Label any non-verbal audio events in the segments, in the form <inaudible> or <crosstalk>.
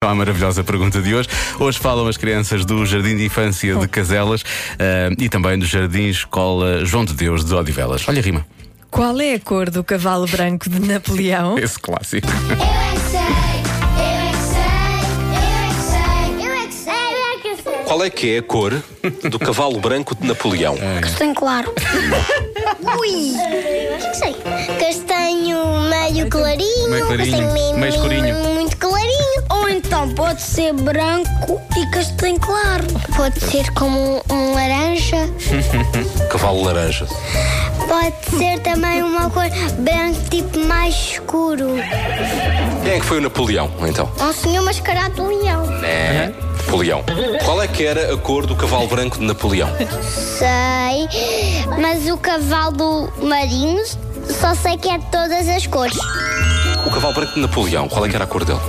com Então, a maravilhosa pergunta de hoje. Hoje falam as crianças do Jardim de Infância de Caselas eh, e também do Jardim Escola João de Deus de Odivelas. Olha, a rima. Qual é a cor do cavalo branco de <laughs> Napoleão? Esse clássico. Eu é que sei, eu é que sei, eu é que sei, eu é que sei, eu é que sei. Qual é que é a cor do cavalo branco de Napoleão? Castanho claro. <laughs> Ui! Eu acho que sei. Castanho meio clarinho. Meio clarinho, castanho meio escurinho. Muito clarinho. Ou então pode ser branco e castanho claro. Pode ser como <laughs> um laranja. Cavalo laranja. Pode ser também uma cor branca, tipo mais escuro. Quem é que foi o Napoleão, então? Um senhor mascarado de leão. É. Napoleão. Qual é que era a cor do cavalo branco de Napoleão? sei, mas o cavalo marinho só sei que é de todas as cores. O cavalo branco de Napoleão, qual é que era a cor dele?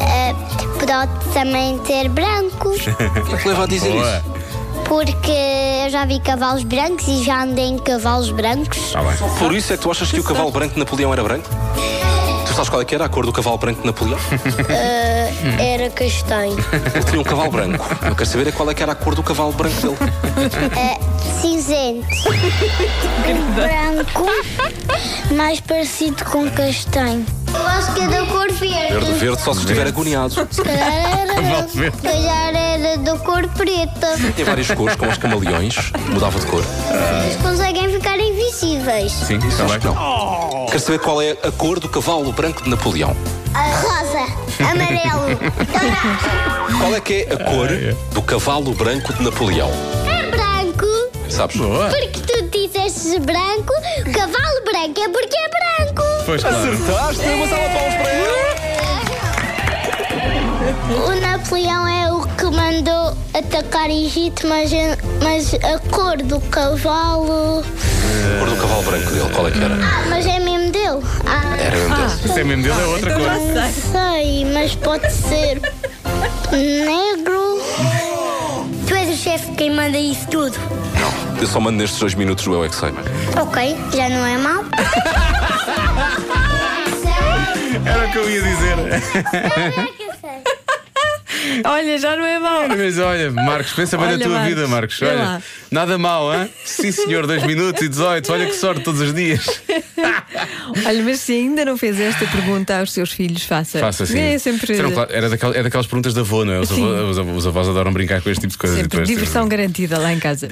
Eh, pode também ter branco, <laughs> O que é que leva a dizer Boa. isso? porque eu já vi cavalos brancos e já andei em cavalos brancos. Está Tá bem. Por isso é que tu achas que o cavalo branco de Napoleão era branco? Tu sabes qual é que era a cor do cavalo branco de Napoleão? Hum. Era <laughs> castanho. Ele tinha um cavalo branco. Eu quero saber é qual é que era a cor do cavalo branco dele. Eh, Cinzento. branco, mais parecido com castanho. Eu acho que é da cor Verde, verde, só se estiver agoniado. <laughs> Era, verde. calhar era da cor preta. Tinha várias cores, como os camaleões, mudava de cor. Eles conseguem ficar invisíveis. Sim, está Acho que bem. não. Quero saber qual é a cor do cavalo branco de Napoleão. Rosa, amarelo, dourado. Qual é que é a cor do cavalo branco de Napoleão? É branco, Sabes? Boa. porque tu disseste branco, cavalo branco é porque é branco. Pois claro. Acertaste, uma salva de palmas para ele. O Napoleão é o que mandou atacar Egito, mas, mas a cor do cavalo. A cor do cavalo branco dele, qual é que era? Ah, mas é mesmo dele. Ah, Era mesmo dele. Se é mesmo dele, é outra Então cor. já sei. sei, mas pode ser negro. Tu és o chefe quem manda isso tudo. Eu só mando nestes dois minutos o Eu É Que Sei. Ok, já não é mau. Era o que eu ia dizer. <laughs> Olha, já não é mau. Mas olha, Marcos, pensa bem Olha, na tua Marcos, vida, Marcos. vê Olha, lá. nada mal, hein? Sim, senhor, 2 minutos e 18. Olha que sorte todos os dias. Olha, mas se ainda não fez esta pergunta aos seus filhos, faça. Faça assim. É sempre, Era, um cla- era daquel- é daquelas perguntas da avó, não é? Os, avó- Sim. os avós adoram brincar com este tipo de coisas. e sempre depois- diversão garantida lá em casa.